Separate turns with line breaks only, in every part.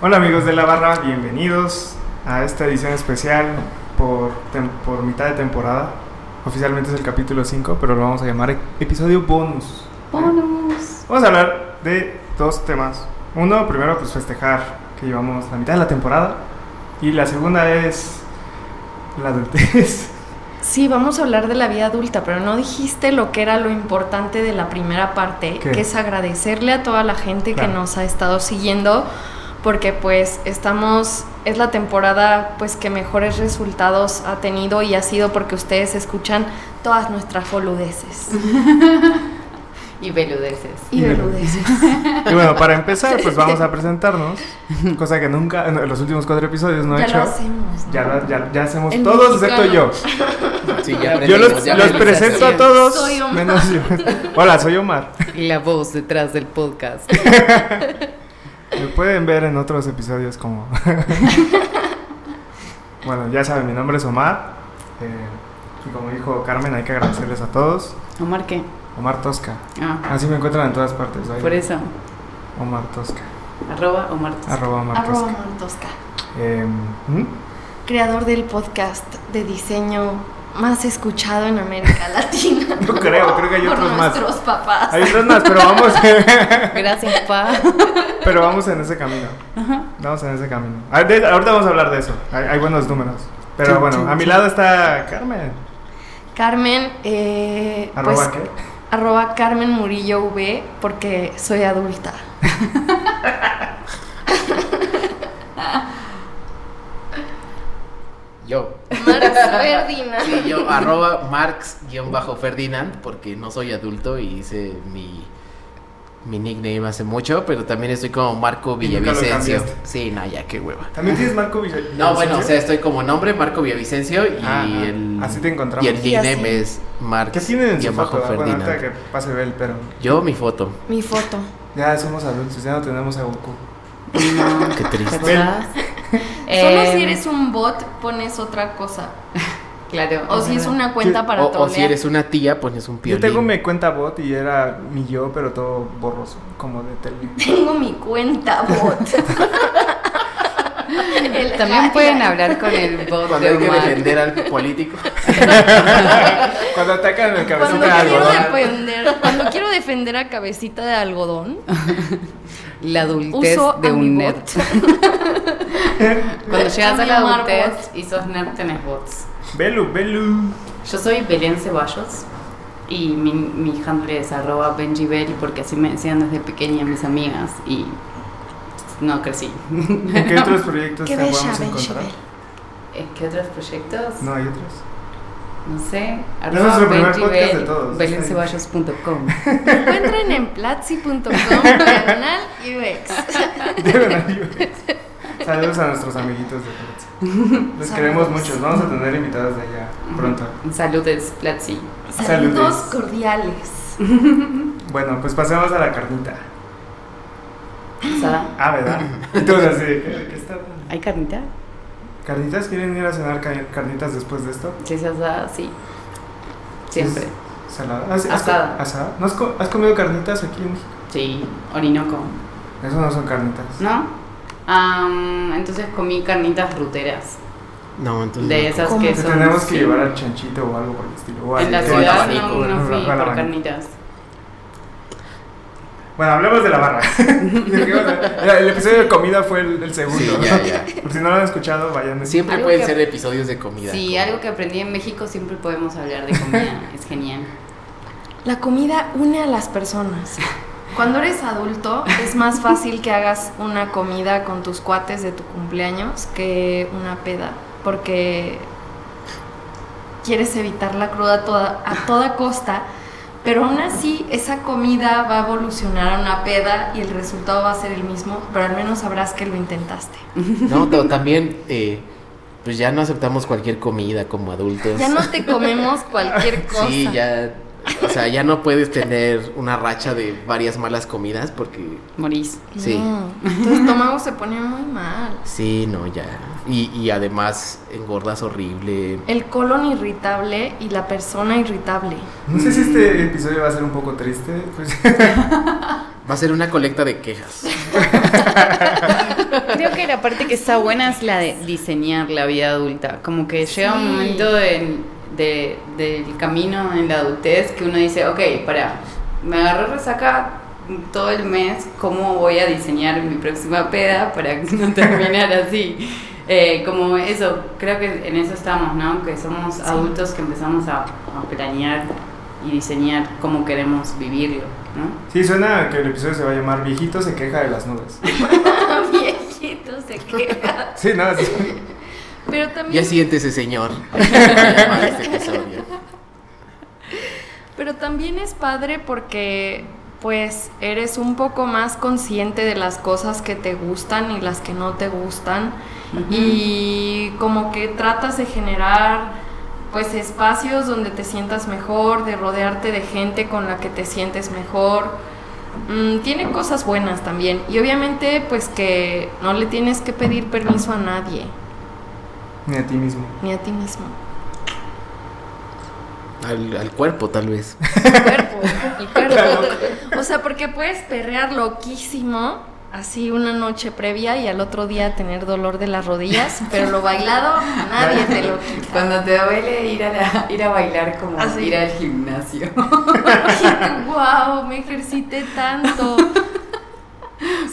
Hola amigos de la barra, bienvenidos a esta edición especial por, tem- por mitad de temporada. Oficialmente es el capítulo 5, pero lo vamos a llamar e- episodio bonus.
Bonus.
Vamos a hablar de dos temas. Uno, primero, pues festejar que llevamos la mitad de la temporada. Y la segunda es la adultez.
Sí, vamos a hablar de la vida adulta, pero no dijiste lo que era lo importante de la primera parte,
¿Qué?
que es agradecerle a toda la gente
Claro.
que nos ha estado siguiendo, porque pues estamos, es la temporada pues que mejores resultados ha tenido y ha sido porque ustedes escuchan todas nuestras boludeces
Y veludeces.
y
Y
boludeces.
Y bueno, para empezar, pues vamos a presentarnos, cosa que nunca en los últimos cuatro episodios no he
ya
hecho.
lo hacemos. ¿no?
Ya, lo- ya- ya hacemos
El
todos excepto
mexicano.
yo.
Sí, ya
Yo
aprendimos,
los,
ya
los
aprendimos a
presento a
hacer.
todos.
Soy Omar.
menos yo. Hola, soy Omar.
La voz detrás del podcast.
Me pueden ver en otros episodios como... bueno, ya saben, mi nombre es Omar. Eh, y como dijo Carmen, hay que agradecerles a todos.
Omar, ¿qué?
Omar Tosca.
Ah,
Así me encuentran en todas partes. ahí.
por eso.
Omar Tosca.
Arroba Omar.
Arroba Omar
Arroba
Tosca.
Montosca.
Eh, ¿hmm?
creador del podcast de diseño más escuchado en América Latina.
No creo, creo que hay
Por
otros más.
nuestros papás.
Hay otros más, pero vamos,
Gracias, pa.
pero vamos en ese camino.
Ajá.
Vamos en ese camino. Ah, de- ahorita vamos a hablar de eso. Hay, hay buenos números. Pero
Chun,
bueno,
chun,
a mi
chun.
lado está Carmen.
Carmen, eh,
Arroba
pues,
qué?
arroba Carmen Murillo V porque soy adulta.
Yo.
Marx Ferdinand.
Sí, yo, arroba marx-ferdinand, porque no soy adulto y hice mi, mi nickname hace mucho, pero también estoy como Marco
Y nunca lo
Villavicencio.
cambiaste.
Sí, no, ya, qué hueva.
También tienes Marco Villa-
No, bueno, o sea,
Villavicencio?
estoy como nombre Marco Villavicencio y
Ah, ah,
el...
así te encontramos.
Y el
Sí, así.
nickname es
¿Qué tienen en su foto? Ah, Bueno, ahorita que
marx-ferdinand.
pase Bel, pero
Yo, mi foto.
Mi foto.
ya somos adultos, ya no tenemos a Goku.
Qué triste.
¿Verdad?
Solo
Eh,
si eres un bot pones otra cosa.
Claro.
O si es
verdad.
una cuenta
Yo-
para
o, o
trolear.
si eres una tía, pones un
Yo
piolín.
tengo mi cuenta bot y era mi yo, pero todo borroso, como de tele.
Tengo mi cuenta bot. El
También pueden
highlight.
hablar con el bot
Cuando
de
hay que
Omar.
defender al político.
Cuando atacan el cabezón
Cuando
de
quiero,
algodón.
defender, cuando quiero defender a cabecita de algodón,
La adultez
uso
de
a mi
un
bot.
nerd.
Cuando llegas a la
Omar
adultez y sos nerd, tenés bots.
Belu, Belu.
Yo soy Belén Ceballos y mi, mi handle es arroba benjibel porque así me decían desde pequeña mis amigas y no crecí.
¿En qué otros proyectos
Qué
te
bella,
podemos
bella,
encontrar?
bella.
¿Eh, ¿Qué otros proyectos?
No, hay otros.
No sé.
es
Arroba
nuestro primer podcast de
benjibel,
todos.
belenceballos.com.
Me encuentren en platzi.com diagonal UX.
Deben ayudar. Saludos a nuestros amiguitos de Platzi. Les queremos mucho. Vamos a tener invitados de allá pronto.
Saludes, Platzi.
Saludos
Saludes.
cordiales.
Bueno, pues pasemos a la carnita.
Sada.
Ah, ¿verdad? Entonces, así, de que- que está-
¿Hay carnita?
¿Carnitas? ¿Quieren ir a cenar ca- carnitas después de esto?
Si es asada, sí. Siempre.
¿Salada? ¿Has, has co-
Asada.
¿Asada? ¿No has, co- has comido carnitas aquí en México?
Sí, Orinoco.
Eso no son carnitas.
¿No? Am, entonces comí carnitas ruteras.
No, entonces...
De
no.
esas
¿Cómo?
que
Te
son.
tenemos que
sí.
llevar al chanchito o algo por el estilo. o
En la
al-
Sí,
ciudad
al
no,
abanico,
al
no fui por
abanico.
carnitas.
Bueno, hablemos de la barra. el episodio de comida fue el, el segundo.
Sí, ya, ya.
Por si no lo han escuchado, vayan.
Siempre
Algo
pueden
que-
ser episodios de comida.
Sí,
como-
algo que aprendí en México siempre podemos hablar de comida. es genial.
La comida une a las personas. Cuando eres adulto es más fácil que hagas una comida con tus cuates de tu cumpleaños que una peda, porque quieres evitar la cruda a toda, a toda costa, pero aún así esa comida va a evolucionar a una peda y el resultado va a ser el mismo, pero al menos sabrás que lo intentaste.
No, pero también, eh, pues ya no aceptamos cualquier comida como adultos.
Ya no te comemos cualquier cosa.
Pues Sí, ya. O sea, ya no puedes tener una racha de varias malas comidas porque.
Morís.
Sí.
No, tu estómago se pone muy mal.
Sí, no, ya. Y, y además engordas horrible.
El colon irritable y la persona irritable.
No sé si este episodio va a ser un poco triste. Pues,
Va a ser una colecta de quejas.
Creo que la parte que está buena es la de diseñar la vida adulta. Como que llega
Sí.
un momento del- de- del camino en la adultez que uno dice, ok, para, me agarró resaca todo el mes, ¿cómo voy a diseñar mi próxima peda para no terminar así? Eh, como eso, creo que en eso estamos, ¿no? Que somos adultos que empezamos a, a planear y diseñar cómo queremos vivirlo, ¿no?
Sí, suena a que el episodio se va a llamar Viejito se queja de las nubes.
Viejito se queda.
Sí, nada, sí.
Pero también,
Ya siéntese, señor. Este episodio.
pero también es padre porque pues eres un poco más consciente de las cosas que te gustan y las que no te gustan. y como que tratas de generar pues espacios donde te sientas mejor, de rodearte de gente con la que te sientes mejor. Mm, tiene cosas buenas también y obviamente pues que no le tienes que pedir permiso a nadie,
Ni a ti mismo.
ni a ti mismo.
Al, al cuerpo, tal vez.
El cuerpo, el cuerpo. O sea, porque puedes perrear loquísimo así una noche previa y al otro día tener dolor de las rodillas, pero lo bailado nadie te lo quita.
Cuando te duele ir a, la- ir a bailar como
Ah, sí.
ir al gimnasio.
wow, me ejercité tanto.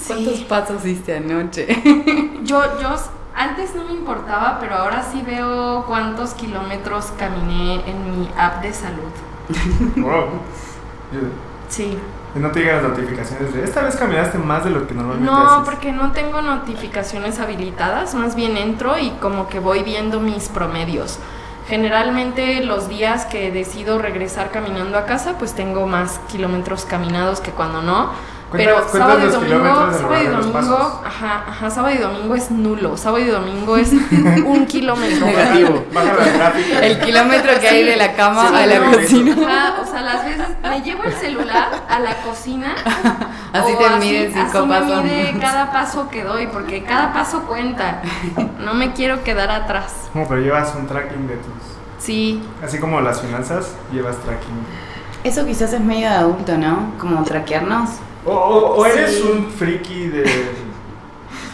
¿Cuántos
Sí.
pasos diste anoche?
Yo, yo s- antes no me importaba, pero ahora sí veo cuántos kilómetros caminé en mi app de salud.
Wow.
Sí.
Y No te llegan las notificaciones de esta vez caminaste más de lo que normalmente
No,
haces.
porque no tengo notificaciones habilitadas, más bien entro y como que voy viendo mis promedios. Generalmente los días que decido regresar caminando a casa, pues tengo más kilómetros caminados que cuando no. Pero
Cuentas- cuentas
sábado y
los
domingo,
kilómetros en
sábado
lugar
y
de los
domingo,
pasos.
ajá, ajá, sábado y domingo es nulo, sábado y domingo es un kilómetro.
Negativo.
Baja la gráfica.
El kilómetro que hay de la cama
Ah, Sí,
a la
no,
cocina.
ajá, o sea, las veces me llevo el celular a la cocina.
Así
o
te miden cinco
así me
pasos.
mide cada paso que doy, porque cada paso cuenta. No me quiero quedar atrás.
No, pero llevas un tracking de tus.
Sí,
Así como las finanzas, llevas tracking.
Eso quizás es medio de adulto, ¿no? Como traquearnos.
O, o- o eres
Sí.
un friki de,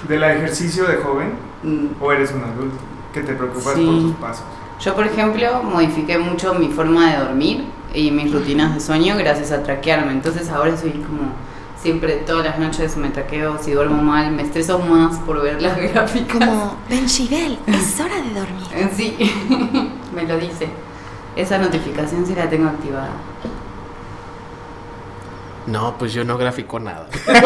del ejercicio de joven,
Mm,
o eres un adulto que te preocupas
Sí.
por tus pasos.
Yo, por ejemplo, modifiqué mucho mi forma de dormir y mis rutinas de sueño gracias a traquearme. Entonces ahora soy como siempre, todas las noches me traqueo, si duermo mal, me estreso más por ver las gráficas.
como Ben Shibel, es hora de dormir.
Eh, Sí, me lo dice. Esa notificación sí la tengo activada.
No, pues yo no grafico nada.
Yo soy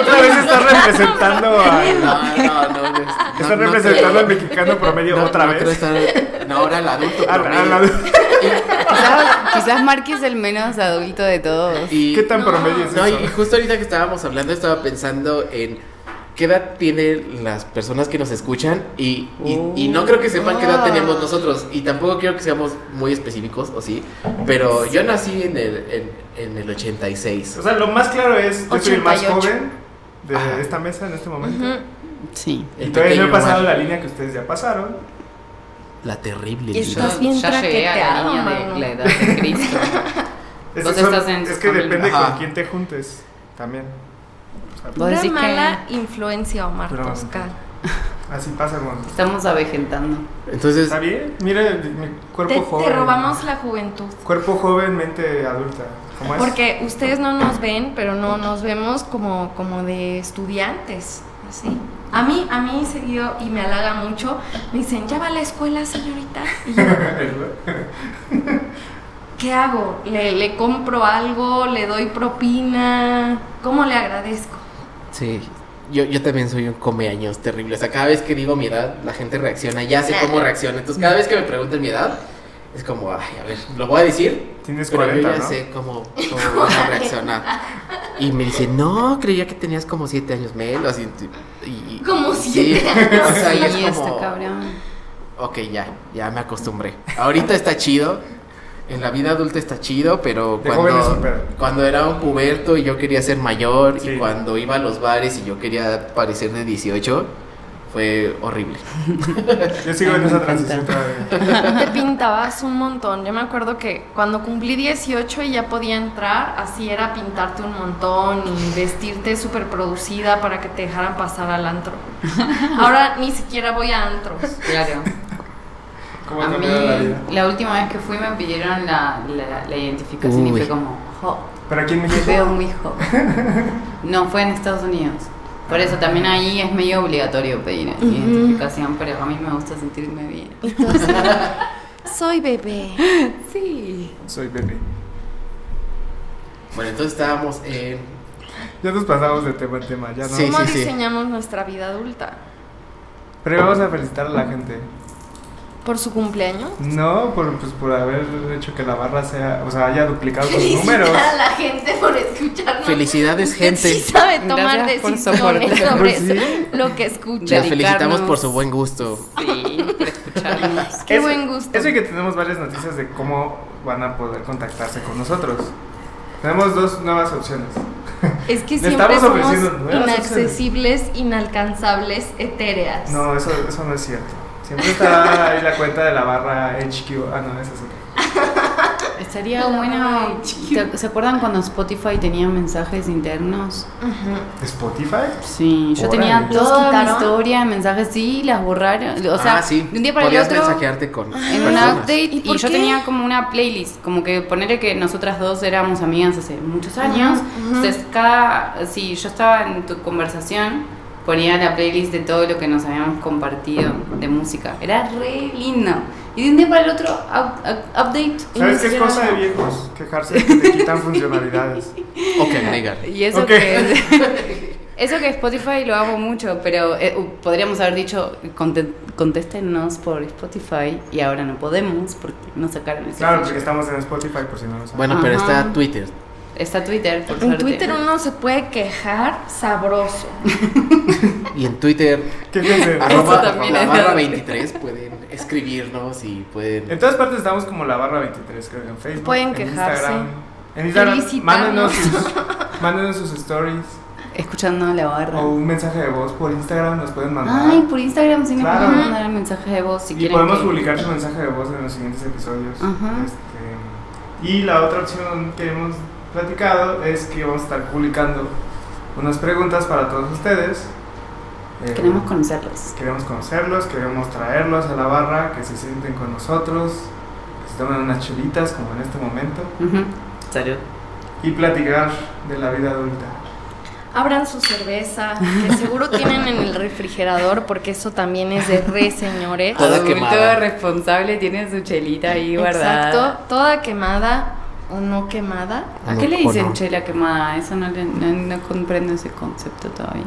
Otra vez estás representando al.
No, no, no. no,
Estás
no
representando
creo-
al mexicano promedio
no,
otra
no creo
vez.
estar- no, ahora el adulto
Al-
promedio.
al adulto.
Quizás, quizás Marky es el menos adulto de todos.
Y-
¿Qué tan
No.
promedio es
No, y
eso?
y justo ahorita que estábamos hablando, estaba pensando en qué edad tienen las personas que nos escuchan y, y- y no creo que sepan qué
Oh.
edad tenemos nosotros y tampoco quiero que seamos muy específicos, o sí, pero yo nací en el, en, en el 86.
O sea, lo más claro es: yo soy el más
88.
joven de
Ajá.
esta mesa en este momento.
Sí.
Y
El
todavía no he
pequeño
pasado
Omar.
la línea que ustedes ya pasaron.
La terrible.
Y
línea.
estás bien
ya llegué a la
traqueteado,
niña
mano.
de la edad de Cristo.
Es,
Vos
que son-
estás en
es
tu
que
camino.
depende
Ajá.
con quién te juntes también. O sea,
Vos
Una
decís que-
mala influencia, Omar
Pero-
Tosca.
así pasa con.
Estamos avejentando.
Entonces,
Está bien, mira mi cuerpo
Te,
joven.
te robamos la juventud.
Cuerpo joven, mente adulta. ¿Cómo es?
Porque ustedes no nos ven, pero no nos vemos como, como de estudiantes, así. A mí, a mí seguido, y me halaga mucho, me dicen, ¿ya va a la escuela, señorita? Y yo, ¿qué hago? ¿Le, le compro algo? ¿Le doy propina? ¿Cómo le agradezco?
sí, yo, yo también soy un comeaños terrible. O sea, cada vez que digo mi edad, la gente reacciona, ya sé cómo reacciona. Entonces, cada vez que me preguntan mi edad, es como, ay, a ver, lo voy a decir,
Tienes
Pero
40,
yo ya
¿no?
sé cómo, cómo van a reaccionar. Y me dice, no, creía que tenías como siete años menos. Y, y- y-
Como
sí,
siete años.
O sea, y
Y
es
este
como,
cabrón.
ok, ya, ya me acostumbré. Ahorita está chido, en la vida adulta está chido, pero
De joven es un pedo.
cuando, cuando era un puberto y yo quería ser mayor,
Sí.
y cuando iba a los bares y yo quería parecer de 18, fue horrible.
Yo sigo
Ay,
en
me
esa
encanta.
transición todavía.
Te pintabas un montón. Yo me acuerdo que cuando cumplí 18 y ya podía entrar, así era pintarte un montón y vestirte súper producida para que te dejaran pasar al antro. Ahora ni siquiera voy a antros.
Claro.
¿Cómo
A
ha
mí,
cambiado la vida?
la última vez que fui me pidieron la, la- la identificación y
Uy.
fue como, jo,
Pero aquí en
me
México.
veo muy jo. No, fue en Estados Unidos. Por eso también ahí es medio obligatorio pedir identificación, pero a mí me gusta sentirme bien.
Soy bebé.
Sí.
Soy bebé.
Bueno, entonces estábamos en.
Ya nos pasamos de tema en tema, ya no.
Sí.
¿Cómo diseñamos nuestra vida adulta?
Pero vamos a felicitar a la gente.
¿Por su cumpleaños?
No, por, pues, por haber hecho que la barra sea, o sea, haya duplicado sus
Felicitar
números.
a la gente por escucharnos.
Felicidades,
Usted
gente.
Sí sabe tomar
Gracias por
decisiones
soportar.
sobre
Pues sí.
lo que escucha.
Les
Dedicarnos.
felicitamos por su buen gusto.
Sí, por escucharnos.
Qué
Eso-
buen gusto.
Eso y que tenemos varias noticias de cómo van a poder contactarse con nosotros. Tenemos dos nuevas opciones.
Es que
Le
siempre
estamos
somos
ofreciendo nuevas
inaccesibles, inalcanzables, etéreas.
No, eso, eso no es cierto. Siempre está ahí la cuenta de la barra HQ. Ah, no, esa es otra.
Estaría bueno. ¿te- ¿Se acuerdan cuando Spotify tenía mensajes internos?
Ujú.
¿Spotify?
Sí, yo
Órale.
tenía
¿Los
toda mi
quitaron?
historia de mensajes, sí, las borraron. O sea,
ah, sí.
de un día para
Podías
el otro.
mensajearte con.
En un
personas.
update,
¿Y
y,
por
yo
qué?
tenía como una playlist, como que ponerle que nosotras dos éramos amigas hace muchos años.
Ujú, ujú.
Entonces, cada. Si yo estaba en tu conversación, ponía la playlist de todo lo que nos habíamos compartido de música. Era re lindo. Y de un día para el otro, up- up- update.
¿Sabes
y nos
qué es
hicieron-
cosa de viejos? Quejarse de que te quitan funcionalidades.
O que agregan.
Y eso
Ok.
que eso que Spotify lo amo mucho, pero eh, uh, podríamos haber dicho conte- contéstenos por Spotify y ahora no podemos porque no sacaron ese
Claro, porque
feature.
estamos en Spotify, por si no lo saben.
Bueno, pero
Ajá.
está Twitter.
Está Twitter, por
En
suerte.
Twitter uno se puede quejar sabroso.
Y en Twitter,
¿Qué piensan?
arroba
también
la
es
barra
verdad.
23, pueden escribirnos y pueden.
En todas partes estamos como la barra 23, creo, en Facebook.
Pueden
en
quejarse.
Instagram. En Instagram, mándenos
Felicitarnos.
sus, mándenos sus stories
Escuchando la barra.
o un mensaje de voz por Instagram, nos pueden mandar.
Ay, por Instagram sí nos
Claro.
pueden mandar mensaje de voz si
y
quieren.
podemos
que-
publicar su mensaje de voz en los siguientes episodios.
Ajá.
Este, y la otra opción que hemos platicado es que vamos a estar publicando unas preguntas para todos ustedes. Eh,
Queremos conocerlos.
Queremos conocerlos, queremos traerlos a la barra, que se sienten con nosotros, que se tomen unas chulitas como en este momento
Ujú. Salud.
y platicar de la vida adulta.
Abran su cerveza, que seguro tienen en el refrigerador, porque eso también es de re señores.
Toda
Adulto
quemada.
responsable tiene su chelita ahí guardada.
Exacto, toda quemada o no quemada.
¿A qué le dicen chela quemada? Eso no, le- no- no comprendo ese concepto todavía.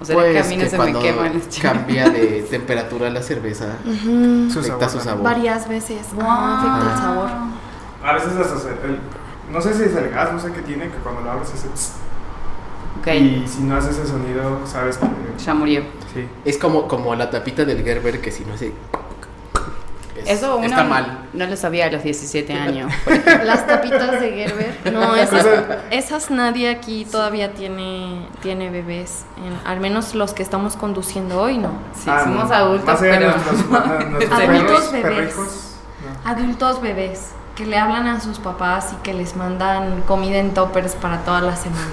O sea,
Pues
es que a mí no
que
se
cuando
me queman las chelas.
Cambia de temperatura la cerveza,
Ujú.
Su
afecta su
sabor.
sabor.
Varias veces. Ah,
Ah.
afecta el sabor.
A veces hasta se- el- no sé si es el gas, no sé qué tiene, que cuando lo abres hace tss,
Ok,
y si no hace ese sonido, sabes que
ya murió.
sí.
Es como, como la tapita del Gerber que si no hace. es-
Eso uno
está mal.
no lo sabía a los 17 años.
Ah,
Las tapitas de Gerber. No, esas,
Cosa-
esas nadie aquí todavía tiene, tiene bebés. En- al menos los que estamos conduciendo hoy, no.
Sí,
Ah,
somos
no.
adultos,
Más allá de
pero...
nuestros, nuestros
Adultos
perros,
bebés.
perrijos, no.
Adultos bebés que le hablan a sus papás y que les mandan comida en toppers para toda la semana.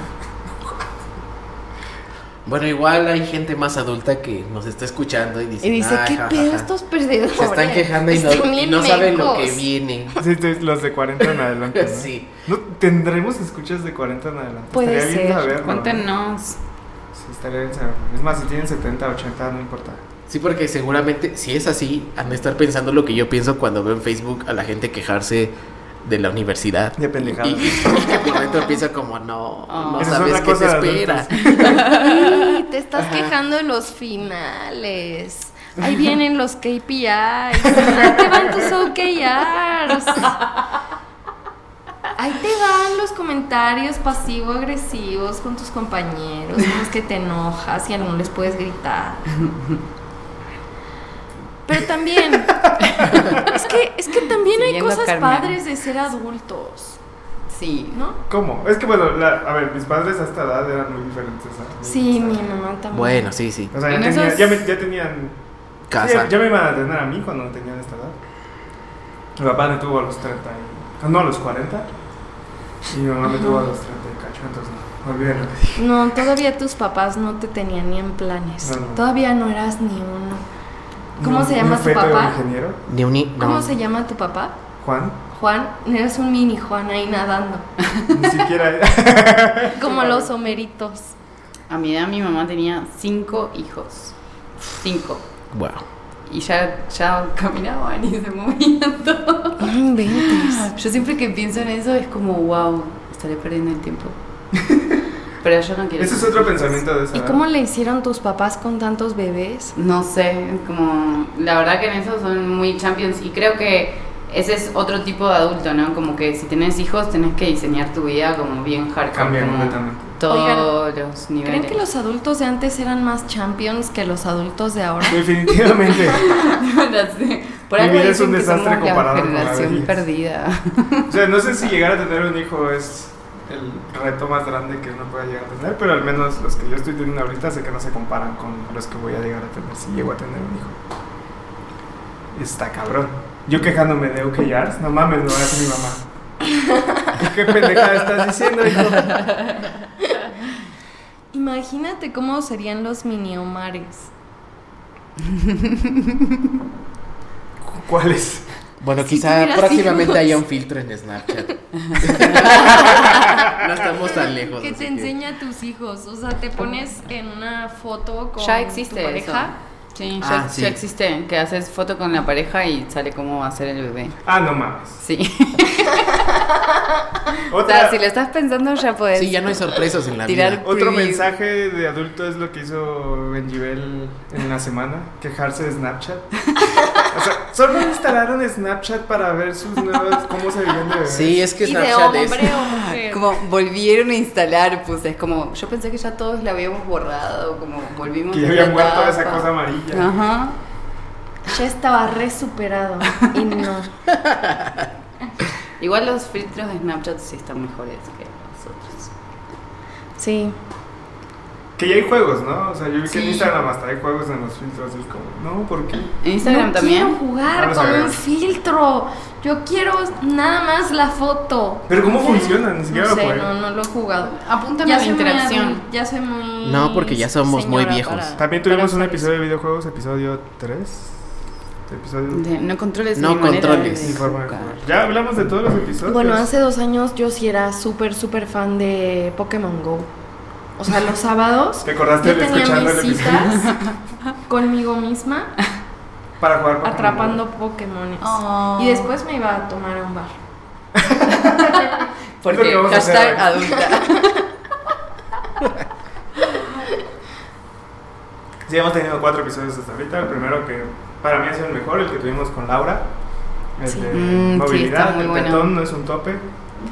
Bueno, igual hay gente más adulta que nos está escuchando y dice.
Y dice,
"Ay,
¿qué
ja, ja,
pedo
ja".
estos perdedores?
Se están quejando y no,
Están
y
bien
no saben lo que
mecos".
viene.
Sí, sí, los de 40 en adelante. ¿no?
Sí.
No, ¿Tendremos escuchas de 40 en adelante?
Puede
estaría
ser.
bien saberlo.
Cuéntenos.
Sí, estaría bien saberlo. Es más, si tienen 70, 80, no importa.
Sí, porque seguramente, si es así, han de estar pensando lo que yo pienso cuando veo en Facebook a la gente quejarse de la universidad.
De pendejadas.
Y, y que por dentro piensa como, no, no
Ah.
Esa
es
sabes
otra
qué te
cosa de
espera.
Sí, te estás quejando de los finales. Ahí vienen los KPIs. Ahí te van tus OKRs. Ahí te van los comentarios pasivo-agresivos con tus compañeros, con los que te enojas y a no les puedes gritar. Pero también, es que, es que también hay
Siguiendo a
cosas
Carmen.
padres de ser adultos.
Sí.
¿no?
¿Cómo? Es que bueno, la- a ver, mis padres a esta edad eran muy diferentes. a-
Sí,
a-
mi mamá también.
Bueno, sí, sí.
O sea, ya,
En
tenía-
esos-
ya me- ya tenían.
Casa.
sí, ya me iban a tener a mí cuando tenían esta edad. Mi papá me tuvo a los 30. y- ah, no, a los 40. Y mi mamá me tuvo a los 30 y cacho. Entonces, no, olviden lo que dije.
No, todavía tus papás no te tenían ni en planes.
No, no.
Todavía no eras ni uno. ¿Cómo
Ni-
se
ni
llama
un
tu
feto de un
papá?
ingeniero?
Ni un ni-
¿Cómo
no.
se llama tu papá?
Juan.
Juan, eres un mini Juan ahí nadando,
Ni siquiera.
como los homeritos.
A mi edad mi mamá tenía cinco hijos. Cinco.
Wow.
Y ya, ya caminaban y se movían todo.
No inventes.
Yo siempre que pienso en eso es como, wow, estaré perdiendo el tiempo. Pero yo no quiero.
Ese es otro pensamiento de esa
¿Y
edad.
cómo le hicieron tus papás con tantos bebés?
No sé, como la verdad que en eso son muy champions y creo que ese es otro tipo de adulto, ¿no? Como que si tenés hijos tenés que diseñar tu vida como bien hardcore,
Cambia
como
completamente.
todos los niveles.
¿Creen que los adultos de antes eran más champions que los adultos de ahora?
Definitivamente.
Las- Por
Mi
algo
vida es
dicen
un
que
desastre
somos
comparado
la
con la de
generación
ellos.
perdida.
O sea, no sé si llegar a tener un hijo es el reto más grande que uno pueda llegar a tener, pero al menos los que yo estoy teniendo ahorita sé que no se comparan con los que voy a llegar a tener si llego a tener un hijo. Está cabrón. Yo quejándome de OK Yars, no mames, no hace mi mamá. ¿Qué pendejada estás diciendo, hijo?
Imagínate cómo serían los mini Omares.
¿Cuál es?
Bueno,
Si
quizá
tuvieras
próximamente
hijos.
haya un filtro en Snapchat. no estamos tan lejos.
Que
así
te enseña a tus hijos. O sea, te pones en una foto con
ya existe
tu pareja.
eso. Sí,
Ah,
ya,
sí.
ya existe. Que haces foto con la pareja y sale cómo va a ser el bebé.
Ah, no mames.
Sí. o
Otra,
sea, si lo estás pensando ya podés.
Sí, ya no hay sorpresas en la
Tirar-
vida.
otro
Preview.
mensaje de adulto es lo que hizo Benjibel en la semana, quejarse de Snapchat. O sea, solo instalaron Snapchat para ver sus nuevas, cómo se veían de bebés.
Sí, es que
Y de
Snapchat
hombre
es.
o mujer.
Ah, Como volvieron a instalar, pues es como, yo pensé que ya todos la habíamos borrado, como volvimos
Que
a
ya
la
había muerto esa
etapa.
cosa amarilla.
Ah.
Ajá.
Ya estaba re superado. Y no.
Igual los filtros de Snapchat sí están mejores que los otros.
Sí.
Que ya hay juegos, ¿no? O sea, yo vi que en
Sí.
Instagram hasta hay juegos en los filtros y es como, no, ¿por qué?
En Instagram
no
también.
quiero jugar
Vamos a
con
ver.
un filtro. Yo quiero nada más la foto.
Pero ¿cómo funciona? Ni siquiera
no
lo
sé,
jugué.
no, no lo he jugado.
Apúntame a la
soy muy
interacción.
adul- ya soy muy.
No, porque ya somos muy
señora
viejos.
para-
También tuvimos
para
un
usar
episodio de videojuegos, episodio 3. Episodio
De- no controles
No
mi manera
controles.
de
Ni forma de
jugar.
jugar. Ya hablamos de todos los
eso.
episodios.
Bueno, hace dos años yo sí era súper, súper fan de Pokémon Go. O sea, los sábados
¿Te acordaste
yo
de
tenía
escuchando el
mis
episodio?
citas conmigo misma
Para jugar Pokémon.
atrapando Pokémones.
Oh.
Y después me iba a tomar a un bar.
Es lo que
Porque
vamos a hacer
hashtag
hoy.
adulta.
Sí, hemos tenido cuatro episodios hasta ahorita. El primero que para mí ha sido el mejor, el que tuvimos con Laura. El
Sí.
de
Mm, sí, está
movilidad,
muy
el
bueno.
peatón no es un tope.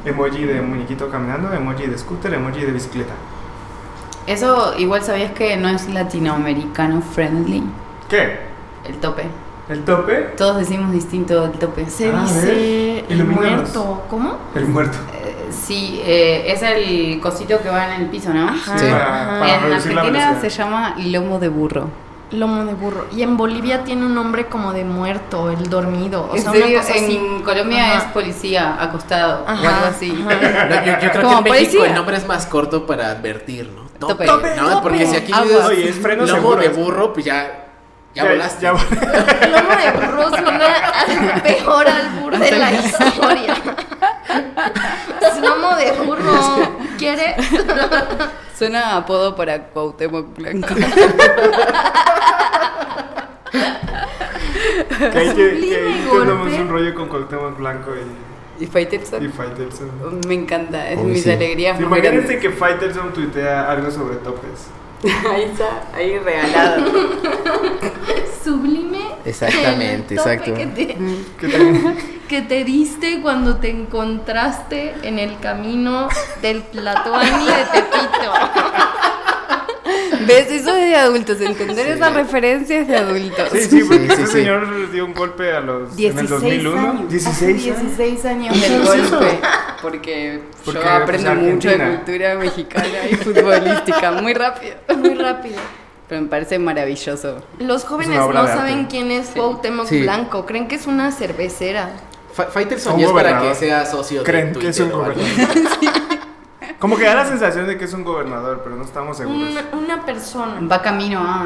Emoji de muñequito caminando, emoji de scooter, emoji de bicicleta.
Eso igual sabías que no es latinoamericano friendly.
¿Qué?
El tope.
¿El tope?
Todos decimos distinto el tope.
Se
Ah, a
dice
ver,
el
ilumínanos.
muerto. ¿Cómo?
El muerto.
Eh, sí, eh, es el cosito que va en el piso, ¿no?
Ajá.
Sí.
Para- para
Ah, en
reducir la
Argentina se
velocidad.
llama lomo de burro.
Lomo de burro. Y en Bolivia tiene un nombre como de muerto, el dormido. O
en
sea,
serio,
una cosa
en
así.
Colombia
Ajá.
es policía acostado o
Ajá,
algo así.
ajá.
No, yo, yo creo que
Como
en México
policía.
el nombre es más corto para advertir, ¿no?
Tope.
¿no?
Tope.
Porque si aquí
Aguas.
dices,
Oye, es freno
lomo
seguro.
de burro, pues ya, ya, volaste.
ya vol-
Lomo de burro suena al peor albur de la historia. Lomo de burro. ¿Quiere?
Suena a apodo para Cuauhtémoc Blanco.
que hay que, que ahí
Sublime
tenemos
golpe.
un rollo con Cuauhtémoc Blanco y,
y Faitelson.
y Faitelson.
Me encanta, es
Uy,
mis
sí.
alegrías más
Imagínense
grandes.
que Faitelson tuitea algo sobre topes.
Ahí está, ahí regalado.
Sublime.
Exactamente,
el tope
exacto.
Que te,
¿Qué tal?
que te diste cuando te encontraste en el camino del Tlatoani de Tepito.
¿Ves? Eso es de adultos, entender
Sí.
esas referencias de adultos.
Sí, sí, porque
Sí, sí,
ese
sí.
señor dio un golpe a los. en el 2001.
años.
16
Hace
años.
16 años del
¿Eso es eso?
golpe. Porque,
Porque,
yo aprendo
pues,
mucho de
Argentina.
cultura mexicana y futbolística muy rápido.
Muy rápido.
Pero me parece maravilloso.
Los jóvenes
Es una obra
no
de arte.
saben quién es Cuauhtémoc
Sí.
Blanco. Creen que es una cervecera.
Fa- Faitelson
Un
ya es para
gobernador.
que sea socio de
Creen que
Twitter
es un
o algo.
gobernador. Como que da la sensación de que es un gobernador, pero no estamos seguros.
Una, una persona.
Va camino a.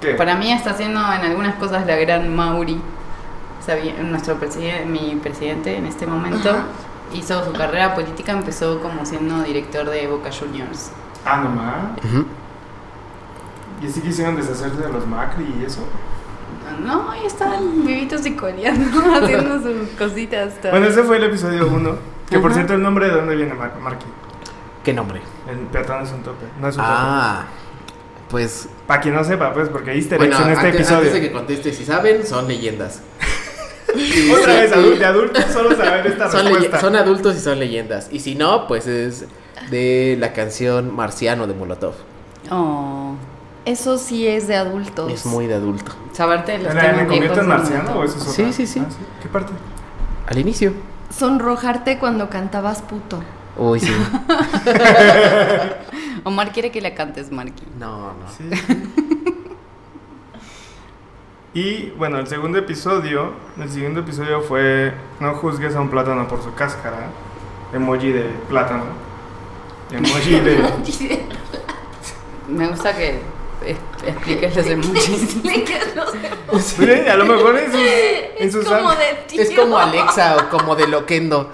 ¿Qué?
Para mí está haciendo en algunas cosas la gran Mauri. Sabía- nuestro preside- mi presidente en este momento
Ajá.
hizo su carrera política, empezó como siendo director de Boca Juniors.
Ah, nomás.
Ujú.
Y así quisieron deshacerse de los Macri y eso.
No, ahí están vivitos y coleando, haciendo sus cositas.
Bueno, ese fue el episodio 1. Que por
Ajá.
cierto, el nombre de dónde viene Mar Marqui.
¿Qué nombre?
El peatón es un tope. No es un
Ah, pues.
tope. Para quien no sepa, pues, porque hay easter
Bueno,
eggs en este
antes,
episodio.
antes de que conteste, si saben, son leyendas.
Otra
Sí,
vez,
sí.
adu- de adultos solo saber esta
Son, leye-
respuesta.
son adultos y son leyendas. Y si no, pues es de la canción Marciano de Molotov.
Oh,
Eso sí es de adultos.
Es muy de adulto.
saberte los
¿La de
temas
me convierto
viejos.
en marciano o eso es
Sí,
otra?
sí, sí.
Ah, ¿Qué parte?
Al inicio.
Sonrojarte cuando cantabas puto.
Uy, sí.
Omar quiere que la cantes, Marky.
No, no.
Sí, sí. Y bueno, el segundo episodio, el siguiente episodio fue No juzgues a un plátano por su cáscara, emoji de plátano, emoji de...
Me gusta que es- expliques los emojis.
Miren, a lo mejor en sus... en
Es
sus
como
apps,
de tío.
Es como Alexa o como de Loquendo.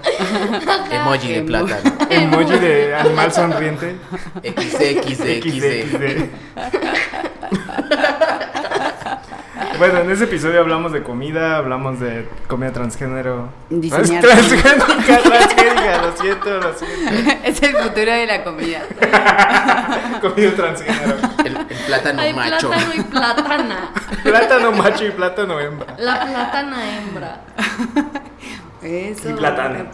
Emoji de
Emo-
plátano.
Emoji de animal sonriente,
XXXX.
XDXD. Bueno, en ese episodio hablamos de comida, hablamos de comida transgénero.
Diseñar
Trans- Transgénica, transgénica, lo siento, lo siento.
es el futuro de la comida.
Comida transgénero.
El, el plátano
Hay
macho.
plátano y platana.
Plátano macho y plátano hembra.
La platana hembra.
Eso.
Y plátano.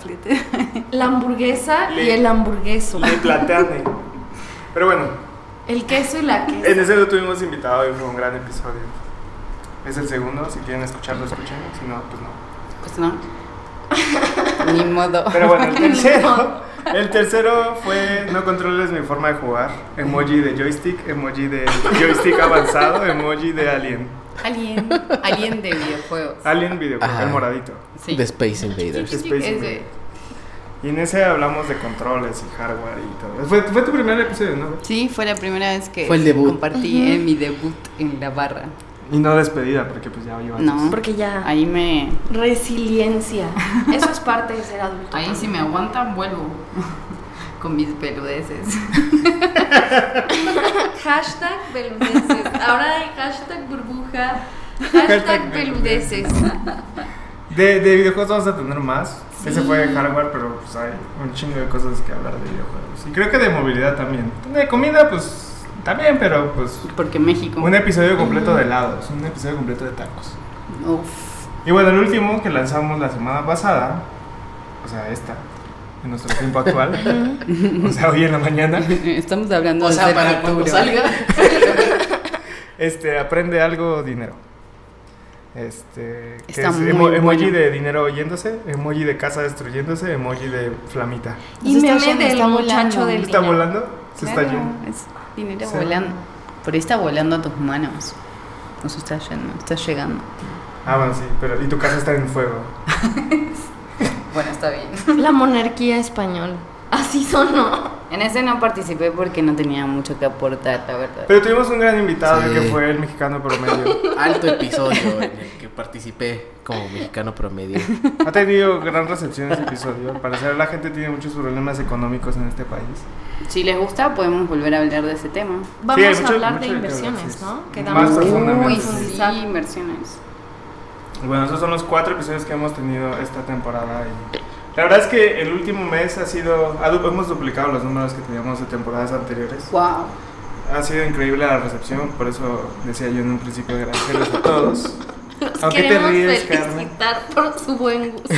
La hamburguesa y
Le-
el hamburgueso.
Le platane. Pero bueno,
El queso y la
en
queso.
ese lo tuvimos invitado y fue un gran episodio. Es el segundo, si quieren escucharlo, escuchen. Si no, pues no.
Pues no. Ni modo.
Pero bueno, el tercero. El tercero fue no controles mi forma de jugar. Emoji de joystick, emoji de joystick avanzado, emoji de alien.
Alien. Alien de videojuegos.
Alien videojuego,
Ajá.
el moradito.
Sí.
De Space Invaders.
Space
Ese.
Invaders. Y en ese hablamos de controles y hardware y todo. Fue, fue tu primer episodio, ¿no?
Sí, fue la primera vez que
Fue el debut.
compartí
Ujú.
eh, mi debut en la barra.
Y no despedida, porque pues ya llevas.
No.
Porque ya.
Ahí me.
Resiliencia. Eso es parte de ser adulto.
Ahí si me aguantan, vuelvo. Con mis peludeces.
Hashtag peludeces. Ahora hay hashtag burbuja. Hashtag peludeces.
De, de videojuegos vamos a tener más. Ese fue hardware, pero pues hay un chingo de cosas que hablar de videojuegos. Y creo que de movilidad también. De comida, pues también, pero pues.
Porque México.
Un episodio completo de helados, un episodio completo de tacos.
Uf.
Y bueno, el último que lanzamos la semana pasada, o sea, esta, en nuestro tiempo actual, o sea, hoy en la mañana,
Estamos hablando
O sea,
del
para cuando
futuro.
salga.
este, aprende algo, dinero. Este, que
Está
es
muy
emo- emoji
bueno.
de dinero oyéndose, emoji de casa destruyéndose, emoji de flamita.
Y
Se está
meme
yendo,
del
está
muchacho
volando.
del
¿Está
dinero.
volando? Se
Claro,
está yendo.
Es dinero
Se-
volando. Por ahí está volando a tus manos. No se está yendo, está llegando.
Ah, bueno, sí, pero y tu casa está en fuego.
Bueno, está bien.
La monarquía española. Así sonó.
En ese no participé porque no tenía mucho que aportar, la verdad.
Pero tuvimos un gran invitado
Sí.
que fue el mexicano promedio.
Alto episodio en el que participé como mexicano promedio.
Ha tenido gran recepción ese episodio. Al parecer la gente tiene muchos problemas económicos en este país.
Si les gusta, podemos volver a hablar de ese tema.
Vamos
hay mucho-
a hablar
mucho
de
de
inversiones,
temas, sí.
¿no?
Más
Quedamos
profundamente,
muy
sí.
profundizados.
Sí, inversiones.
Y Bueno, esos son los cuatro episodios que hemos tenido esta temporada. y la verdad es que el último mes ha sido. ha du- hemos duplicado los números que teníamos de temporadas anteriores.
Wow.
Ha sido increíble la recepción, por eso decía yo en un principio agradecerles a todos.
Los
Aunque te
queremos
ríes,
felicitar por su buen gusto.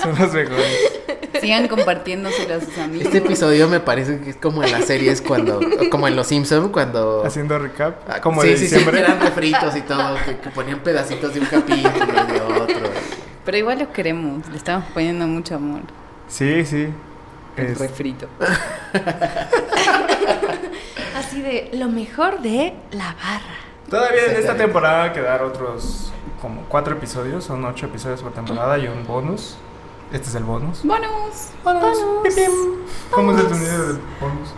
Son los mejores.
Sigan compartiéndoselo a sus amigos.
Este episodio me parece que es como en las series cuando, como en Los Simpsons cuando...
Haciendo recap,
Ah,
como
sí,
de
sí, sí,
diciembre.
que eran refritos y todo, que, que ponían pedacitos de un capítulo y de otro.
Pero igual los queremos, le estamos poniendo mucho amor.
Sí, sí.
El
Es-
refrito.
Así de lo mejor de la barra.
Todavía en esta
Exactamente.
temporada quedar otros como cuatro episodios, son ocho episodios por temporada y un bonus. Este es el bonus.
¡Bonus!
Bonus.
Bonus.
pim, pim. ¿Cómo es el
Bonus.
sonido del bonus?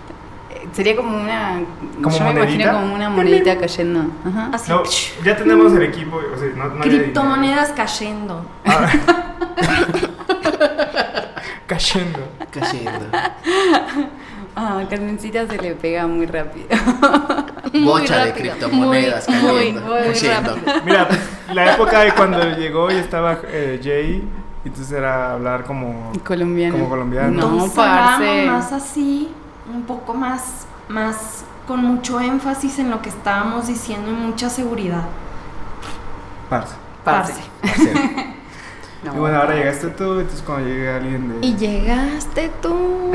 Eh, Sería como una.
¿Como
yo me
monedita?
imagino como una monedita cayendo. Ajá.
Así.
No,
psh,
ya tenemos el equipo. O sea, no, no había dinero.
criptomonedas cayendo.
Ah. Cayendo.
Cayendo.
Ah, Carmencita se le pega muy rápido.
Bocha de
rápido,
criptomonedas
muy,
cayendo,
muy, muy
cayendo.
Mira, la época de cuando llegó y estaba eh, Jay, y entonces era hablar como.
Colombiano.
Como colombiano.
No,
Entonces, vamos
parce.
más así, un poco más, más con mucho énfasis en lo que estábamos diciendo y mucha seguridad.
Parce.
Parce.
parce.
No.
Y bueno, ahora llegaste tú, entonces cuando llegue alguien de.
Y llegaste tú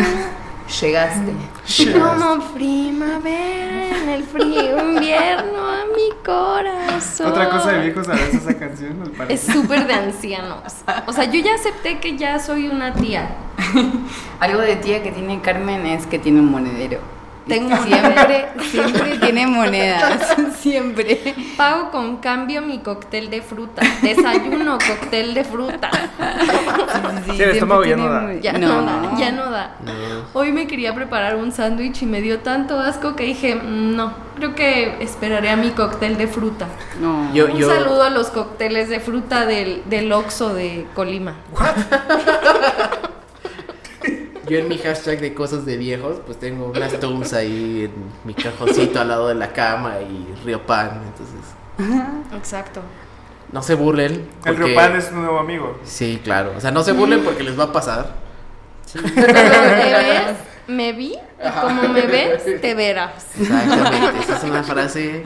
Llegaste.
Shit.
como primavera en el frío invierno a mi corazón.
Otra cosa de viejos a veces esa canción, al
Es
parecer.
súper de ancianos. O sea, yo ya acepté que ya soy una tía.
Algo de tía que tiene Carmen es que tiene un monedero.
Tengo un
siempre, siempre tiene monedas. Siempre.
Pago con cambio mi cóctel de fruta. Desayuno, cóctel de fruta.
Sí,
el estómago ya
siempre
no
tiene
da.
muy-
Ya no, da, ya no da.
No.
Hoy me quería preparar un sándwich y me dio tanto asco que dije, "Mm, no, creo que esperaré a mi cóctel de fruta.
No.
Yo-
un saludo a los cócteles de fruta del, del Oxxo de Colima.
Yo en mi hashtag de cosas de viejos, pues tengo unas tombs ahí en mi cajoncito al lado de la cama y Río Pan. Entonces,
Exacto.
no se burlen.
El
porque-
Riopan es un nuevo amigo.
Sí, claro. O sea, no se burlen porque les va a pasar.
me ves, me vi, y como me ves, te verás.
Exactamente. Esa es una frase.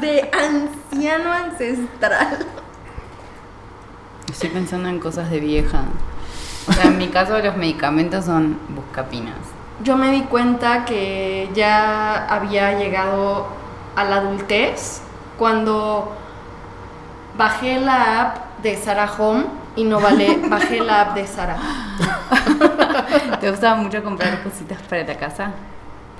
De anciano ancestral.
Estoy pensando en cosas de vieja. O sea, en mi caso los medicamentos son buscapinas.
Yo me di cuenta que ya había llegado a la adultez cuando bajé la app de Sara Home y no vale, bajé la app de Sara.
¿Te gusta mucho comprar cositas para la casa?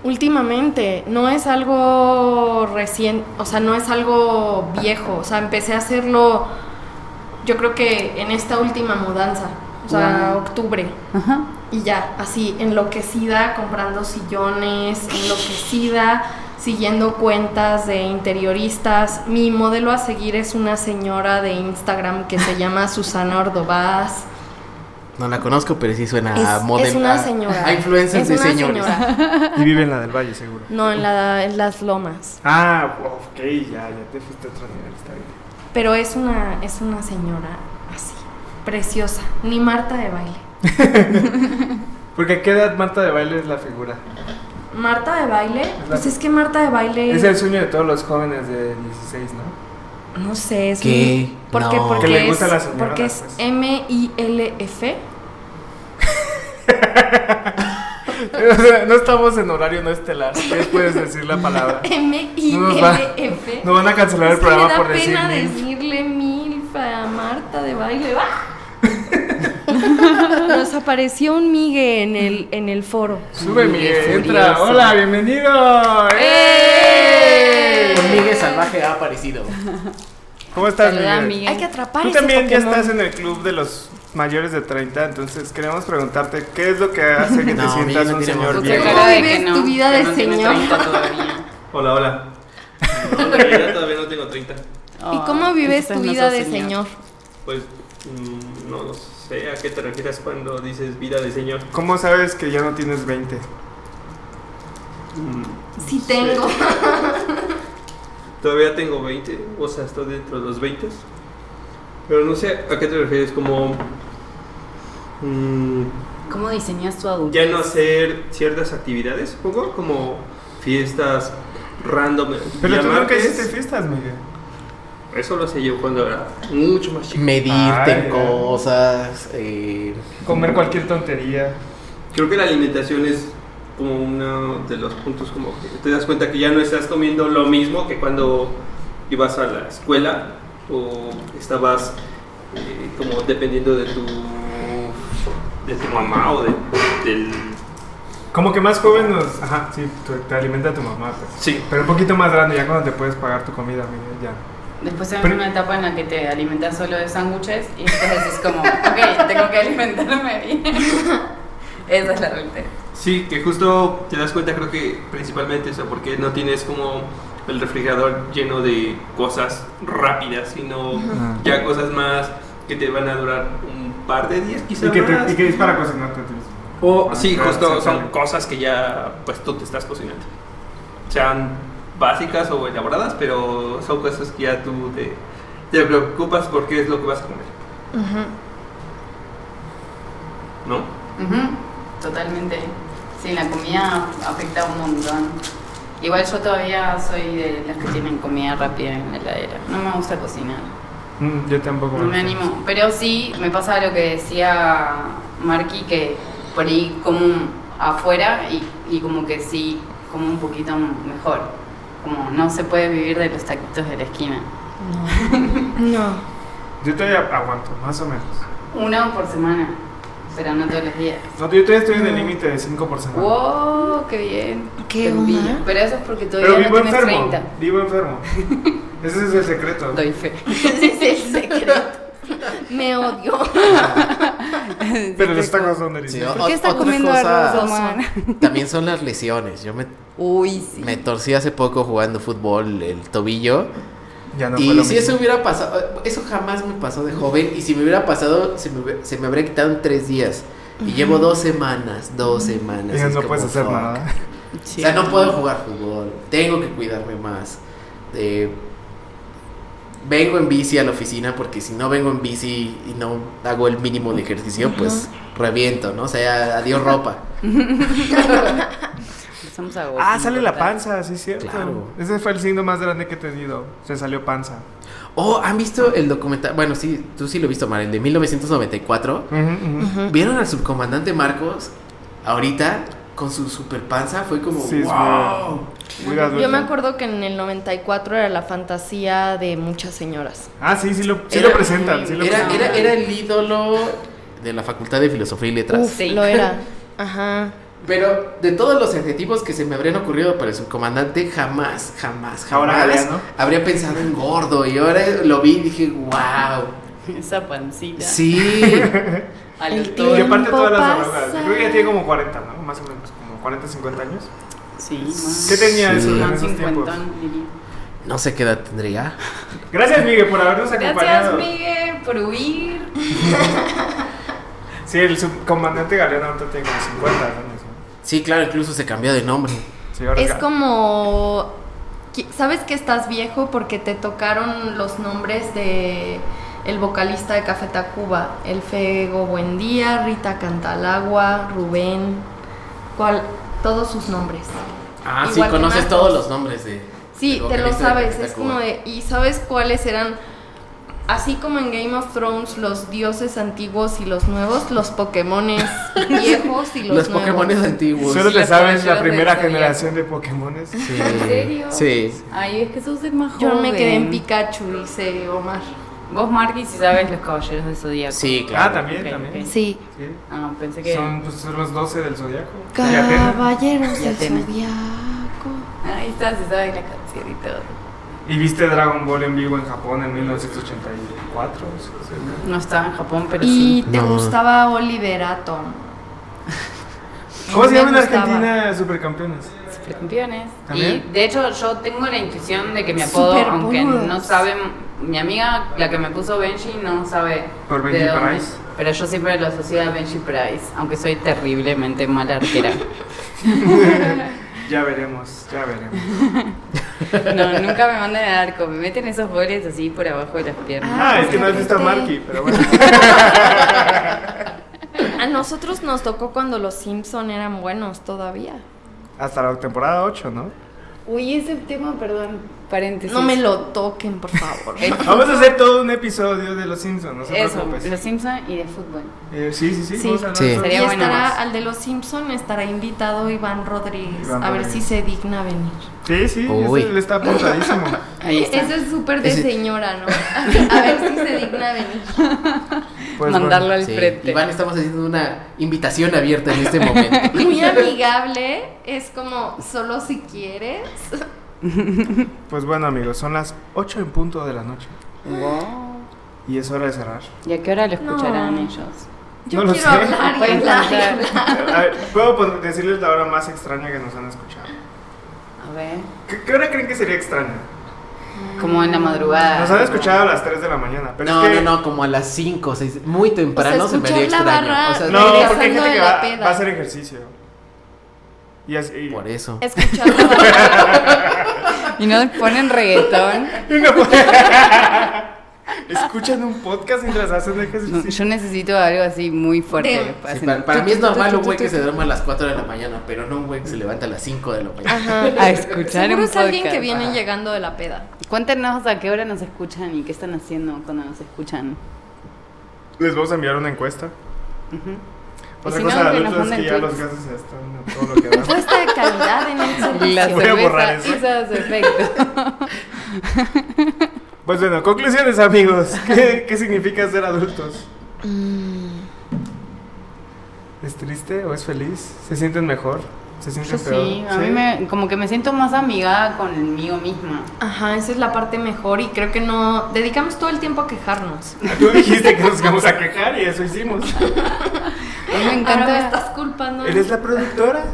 Últimamente, no es algo recién, o sea, no es algo viejo, o sea, empecé a hacerlo yo creo que en esta última mudanza, o sea,
Wow.
octubre.
Ajá.
Y ya, así, enloquecida, comprando sillones, enloquecida, siguiendo cuentas de interioristas. Mi modelo a seguir es una señora de Instagram que se llama Susana Ordovás.
No la conozco, pero sí suena a
Es,
Ah, model.
es una
a-
señora.
A
Es
influencers de
una
señores.
señora.
Y vive en la del Valle, seguro.
No, en, la- en las lomas.
Ah, ok, ya, ya te fuiste a otro nivel, está bien.
Pero es una, es una señora así, preciosa. Ni Marta de baile.
Porque a qué edad Marta de baile es la figura.
Marta de baile,
la-
pues es que Marta de baile.
Es el sueño de todos los jóvenes de 16, ¿no?
No sé, es
¿Qué?
muy- ¿Por qué?
No.
Porque
Que le
es,
gusta a las señoras,
porque es
pues.
M-I-L-F.
O sea, no estamos en horario no estelar. ¿Qué puedes decir la palabra? nos va-
M-I-L-F.
No van a cancelar el
Es que me
programa
da
por decir.
pena
mil.
decirle milf a Marta de baile. Nos apareció un migue en el, en el foro.
Sube,
Sí,
Miguel,
furioso.
entra. Hola, bienvenido.
¡Eh!
Un Miguel salvaje ha aparecido.
¿Cómo estás,
Saluda,
Miguel?
Miguel.
Hay que atrapar
Tú
ese
también ya
Pokémon.
estás en el club de los mayores de 30, entonces queremos preguntarte qué es lo que hace que te
No,
sientas
Miguel,
un
no tiene
señor
voz.
Otra
viejo.
Miguel.
cara de
¿Cómo
que
vives
no,
tu vida
que
de
no tiene
señor?
30 todavía.
Hola, hola. No, en realidad todavía no tengo 30.
¿Y cómo
Ay,
vives
Oh, entonces
tu
no
vida
sos
de señor?
Pues mm, no sé a qué te refieres cuando dices vida de señor.
¿Cómo sabes que ya no tienes 20?
Mm,
Si tengo.
Todavía tengo 20, o sea, estoy dentro de los 20. Pero no sé a qué te refieres, como mm,
¿Cómo diseñas tu adultez?
ya no hacer ciertas actividades, supongo, como fiestas random.
Pero tú nunca
llamarte-
hiciste fiestas, Miguel.
Eso lo hacía yo cuando era mucho más chico.
Medirte en
Ay,
cosas. eh,
Comer cualquier tontería.
Creo que la alimentación es como uno de los puntos como que te das cuenta que ya no estás comiendo lo mismo que cuando ibas a la escuela o estabas eh, como dependiendo de tu de tu mamá o de, del
Como que más joven nos. Ajá, sí, tu- te alimenta tu mamá, pues.
sí
Pero un poquito más grande, ya cuando te puedes pagar tu comida, amigo, ya.
Después tenemos
Pero-
una etapa en la que te alimentas solo de sándwiches y entonces es como, ok, tengo que alimentarme. Y Esa es la realidad.
sí que justo te das cuenta creo que principalmente eso porque no tienes como el refrigerador lleno de cosas rápidas sino
Ajá.
ya cosas más que te van a durar un par de días quizás
Y que, te- y que es para cocinar, te tienes.
O
Ah,
sí,
claro,
justo
sí,
son
claro.
cosas que ya pues tú te estás cocinando. Sean básicas o elaboradas, pero son cosas que ya tú te, te preocupas porque es lo que vas a comer,
Ujú.
¿no?
Ujú, Totalmente. Sí, la comida afecta un montón. Igual yo todavía soy de las que tienen comida rápida en la heladera. No me gusta cocinar.
Mm, yo tampoco.
No me animo. Pero sí, me pasa lo que decía Marky, que por ahí como afuera y, y como que sí, como un poquito mejor. Como no se puede vivir de los taquitos de la esquina.
No. No.
Yo todavía aguanto, más o menos.
Uno por semana, pero no todos los días.
No, yo todavía estoy en el límite de 5 por semana.
¡Wow! ¡Qué bien!
Qué
envidia.
onda.
Pero eso es porque
Pero
todavía no
vivo
tienes
enfermo.
30.
Vivo enfermo. Ese es el secreto.
Doy fe.
Ese es el secreto. Me odio.
Pero los tacos son
sí,
deliciosos.
o-
qué está
otra
comiendo
cosa
arroz, Omar?
También son las lesiones. Yo me,
Uy, sí.
me torcí hace poco jugando fútbol el tobillo.
oh, Ya no fue
y
lo
si
mismo.
eso hubiera pasado, eso jamás me pasó de joven. Y si me hubiera pasado, se me, hubie- se me habría quitado en tres días. Y llevo dos semanas, dos semanas.
Ya
es
no
como,
puedes hacer
fuck.
nada.
O sea, no puedo jugar fútbol. Tengo que cuidarme más. Eh, vengo en bici a la oficina porque si no vengo en bici y no hago el mínimo de ejercicio, pues reviento, ¿no? O sea, adiós ropa.
Empezamos a
Ah, sale la panza, sí es cierto.
Claro.
Ese fue el signo más grande que he tenido. Se salió panza.
Oh, ¿han visto el documental? Bueno, sí, tú sí lo has visto, Mar, el de 1994.
Ujú, ujú.
¿Vieron al subcomandante Marcos ahorita con su super panza? Fue como,
Sí, es
wow.
Muy adulto.
Yo me acuerdo que en el 94 era la fantasía de muchas señoras.
Ah, sí, sí lo, sí
Era-
lo presentan. Sí lo
Era,
presentan.
era, era el ídolo de la Facultad de Filosofía y Letras.
Uf,
Sí.
lo era. Ajá.
Pero de todos los adjetivos que se me habrían ocurrido para el subcomandante, jamás, jamás, jamás
Ahora habría, ¿no?
habría pensado en gordo. Y ahora lo vi y dije, wow.
Esa pancita.
Sí.
A
El
los
tío.
Y aparte todas las
Tiempo
arrugas. Yo creo que ya tiene como 40, ¿no? Más o menos, como 40, 50 años.
Sí, más.
¿Qué tenía
Sí.
eso en
Más
esos tiempos?
cincuentón, diría.
No sé qué edad tendría.
Gracias, Miguel, por habernos
Gracias,
acompañado.
Miguel, por huir.
Sí, el subcomandante Galeano ahorita tiene como 50 años. ¿no?
Sí, claro, incluso se cambió de nombre.
Sí, ahora
Es
Ga-
como. qui- ¿Sabes que estás viejo? Porque te tocaron los nombres de el vocalista de Café Tacuba. El Fego Buendía, Rita Cantalagua, Rubén. ¿Cuál? Todos sus nombres.
Ah, sí,
Igual que
conoces
Marcos.
todos los nombres de.
Sí,
del
te lo
vocalista de
sabes,
Café
es
Tacuba.
como de... ¿Y sabes cuáles eran? Así como en Game of Thrones, los dioses antiguos y los nuevos, los Pokémones viejos y los,
Los
nuevos.
Pokémon antiguos.
Solo te
las
sabes la
caricaturas
primera
del Zodíaco.
generación de Pokémones.
Sí.
¿En serio?
Sí.
Ay, es que sos de más
Yo
joven.
me quedé en Pikachu, dice Omar.
Vos, Marky, si sabes los caballeros de Zodíaco.
Sí, claro.
Ah, también,
Ok,
también.
ok.
Sí.
Sí.
Ah, pensé que.
Son, pues, son los 12 del zodiaco. Ya tiene.
Caballeros
Ya
del
tiene.
Zodiaco.
Ahí está, se sabe la canción y todo.
Y viste Dragon Ball en vivo en Japón en 1984. sí, sí.
No estaba en Japón, pero
Y
sí.
te
No.
gustaba Oliver Atom.
¿Cómo se
Me
llama en
gustaba.
Argentina Supercampeones?
Supercampeones.
¿También?
Y de hecho, yo tengo la intuición de que mi apodo,
Super
aunque
boludos.
no saben. Mi amiga, la que me puso Benji, no sabe.
Por
de
Benji
dónde,
Price.
Pero yo siempre lo asocio a Benji Price, aunque soy terriblemente mala arquera.
Ya veremos, ya veremos.
No, nunca me mandan al arco, me meten esos goles así por abajo de las piernas.
Ah, es que no has visto a
ok.
Marky, pero bueno.
A nosotros nos tocó cuando los Simpson eran buenos todavía. Ah,
Hasta la temporada 8, ¿no?
Uy, ese tema, perdón, Paréntesis.
No me lo toquen, por favor.
Vamos a hacer todo un episodio de Los Simpsons, no se
Eso,
preocupes.
los Simpson y de fútbol.
Eh, sí, sí, sí.
Sí.
vamos a hablar todo.
Sí.
Y
Sería bueno.
estará al de los Simpson estará invitado Iván Rodríguez.
Iván
a ver
Rodríguez.
si se digna venir.
Sí, sí,
Uy.
ese le está apuntadísimo.
Ahí está.
Eso es súper de
Ese-
señora, ¿no? A ver si se digna venir.
Pues,
Mandarlo al
Sí,
frente.
Iván, estamos haciendo una invitación abierta en este momento.
Muy amigable, es como solo si quieres.
bueno, pues bueno, amigos, son las 8 en punto de la noche.
Wow.
Y es hora de cerrar.
¿Y a qué hora lo escucharán
No.
ellos?
Yo
No lo
quiero
sé.
hablar y
Pueden
hablar y
contar.
hablar.
A ver, puedo pon- decirles la hora más extraña que nos han escuchado.
A ver.
¿Qué, qué hora creen que sería extraña?
Como en la madrugada.
Nos han escuchado a las 3 de la mañana, pero
No,
es que...
no, no, como a las 5, 6, muy temprano
O sea,
se me haría
escuchar la
extraño.
barra-
O sea,
No,
Regresando
porque hay gente
de
que
la
va,
peda.
va a hacer ejercicio. Y así...
por eso.
Escuchar la barra.
Y no ponen reggaetón.
Y no puede- pues. Escuchan un podcast mientras hacen
No,
ejercicio.
yo necesito algo así muy fuerte.
Sí,
Así,
Sí, para, para
tu,
mí es
tu, tu,
normal
tu,
un güey
tu,
que
tu.
se duerma a las 4 de la mañana, pero no un güey que se levanta a las 5 de la mañana.
Ajá.
A escuchar
Seguro
un
es alguien
podcast.
que viene
Ajá.
llegando de la peda.
Cuéntenos a qué hora nos escuchan y qué están haciendo cuando nos escuchan.
Les vamos a enviar una encuesta.
Ujú.
Otra
si no,
cosa de
que
adultos
nos
es que
manden
ya los
tweets.
gases están a todo lo que da.
Puesta de calidad en el
La
servicio.
Voy a borrar
cerveza
eso.
hizo su efecto.
Pues bueno, conclusiones amigos. ¿Qué, qué significa ser adultos?
Mm,
¿Es triste o es feliz? ¿Se sienten mejor? ¿Se
Yo
sienten peor?
sí, a mí me, como que me siento más amigada conmigo misma.
Ajá, esa es la parte mejor y creo que no dedicamos todo el tiempo a quejarnos.
Tú dijiste que nos íbamos a quejar y eso hicimos.
A mí me
Ahora me
encanta
estás culpando.
¿Eres la productora?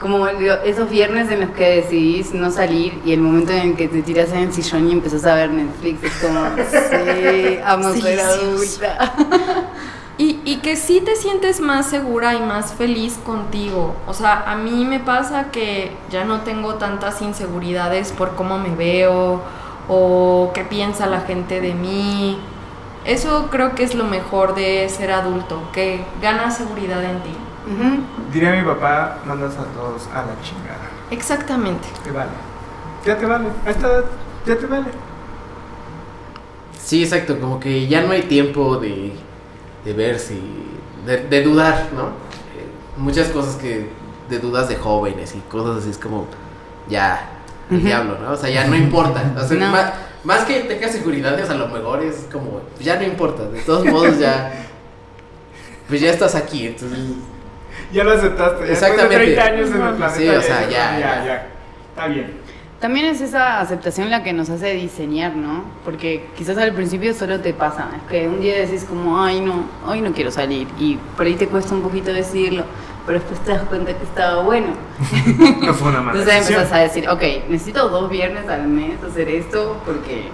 como lo- esos viernes en los que decidís no salir y el momento en el que te tiras en el sillón y empezás a ver Netflix es como, sí, amo ser
Delicioso.
adulta.
Y, y que sí te sientes más segura y más feliz contigo. O sea, a mí me pasa que ya no tengo tantas inseguridades por cómo me veo o qué piensa la gente de mí. Eso creo que es lo mejor de ser adulto, que ganas seguridad en ti.
Ujú.
Diría mi papá, mandas a todos a la chingada.
Exactamente.
Te vale. Ya te vale. A esta edad, ya te vale.
Sí, exacto, como que ya no hay tiempo de, de ver si. de, de dudar, ¿no? Eh, muchas cosas que. de dudas de jóvenes y cosas así es como. ya. el
Ujú.
diablo, ¿no? O sea, ya no importa. O sea,
No.
más, más que tengas seguridades, a lo mejor es como. ya no importa. De todos modos, ya. pues ya estás aquí, entonces.
Ya lo aceptaste. Ya
Exactamente.
Después de 30 años en el planeta.
Sí, o sea, ya,
ya,
ya.
ya. Está bien.
También es esa aceptación la que nos hace diseñar, ¿no? Porque quizás al principio solo te pasa, es que un día decís como, ay no, hoy no quiero salir, y por ahí te cuesta un poquito decirlo, pero después te das cuenta que estaba bueno.
No fue una mala
Entonces
decisión.
empezás a decir, ok, necesito dos viernes al mes hacer esto porque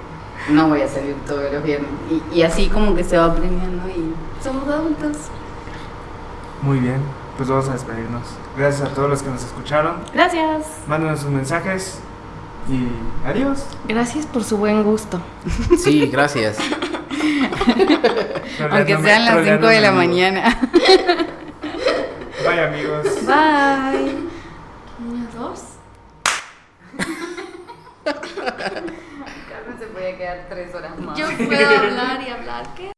no voy a salir todos los viernes. Y, y así como que se va premiando y somos adultos.
Muy bien, pues vamos a despedirnos. Gracias a todos los que nos escucharon.
Gracias.
Mándenos sus mensajes y adiós.
Gracias por su buen gusto.
Sí, gracias.
Aunque
Troleándome-
sean las 5 de la
troleándome, amigos.
mañana.
Bye amigos.
Bye. Una, dos.
Carmen se podía quedar tres horas
Yo puedo hablar y hablar. ¿Qué?